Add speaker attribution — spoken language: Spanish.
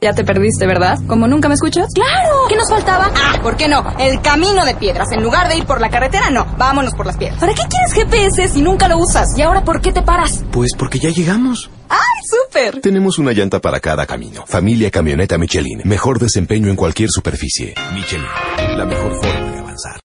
Speaker 1: Ya te perdiste, ¿verdad? ¿Como nunca me escuchas?
Speaker 2: ¡Claro! ¿Qué nos faltaba?
Speaker 1: Ah, ¿por qué no? El camino de piedras. En lugar de ir por la carretera, no. Vámonos por las piedras.
Speaker 2: ¿Para qué quieres GPS si nunca lo usas? ¿Y ahora por qué te paras?
Speaker 3: Pues porque ya llegamos.
Speaker 1: ¡Ay, súper!
Speaker 4: Tenemos una llanta para cada camino. Familia Camioneta Michelin. Mejor desempeño en cualquier superficie. Michelin. La mejor forma de avanzar.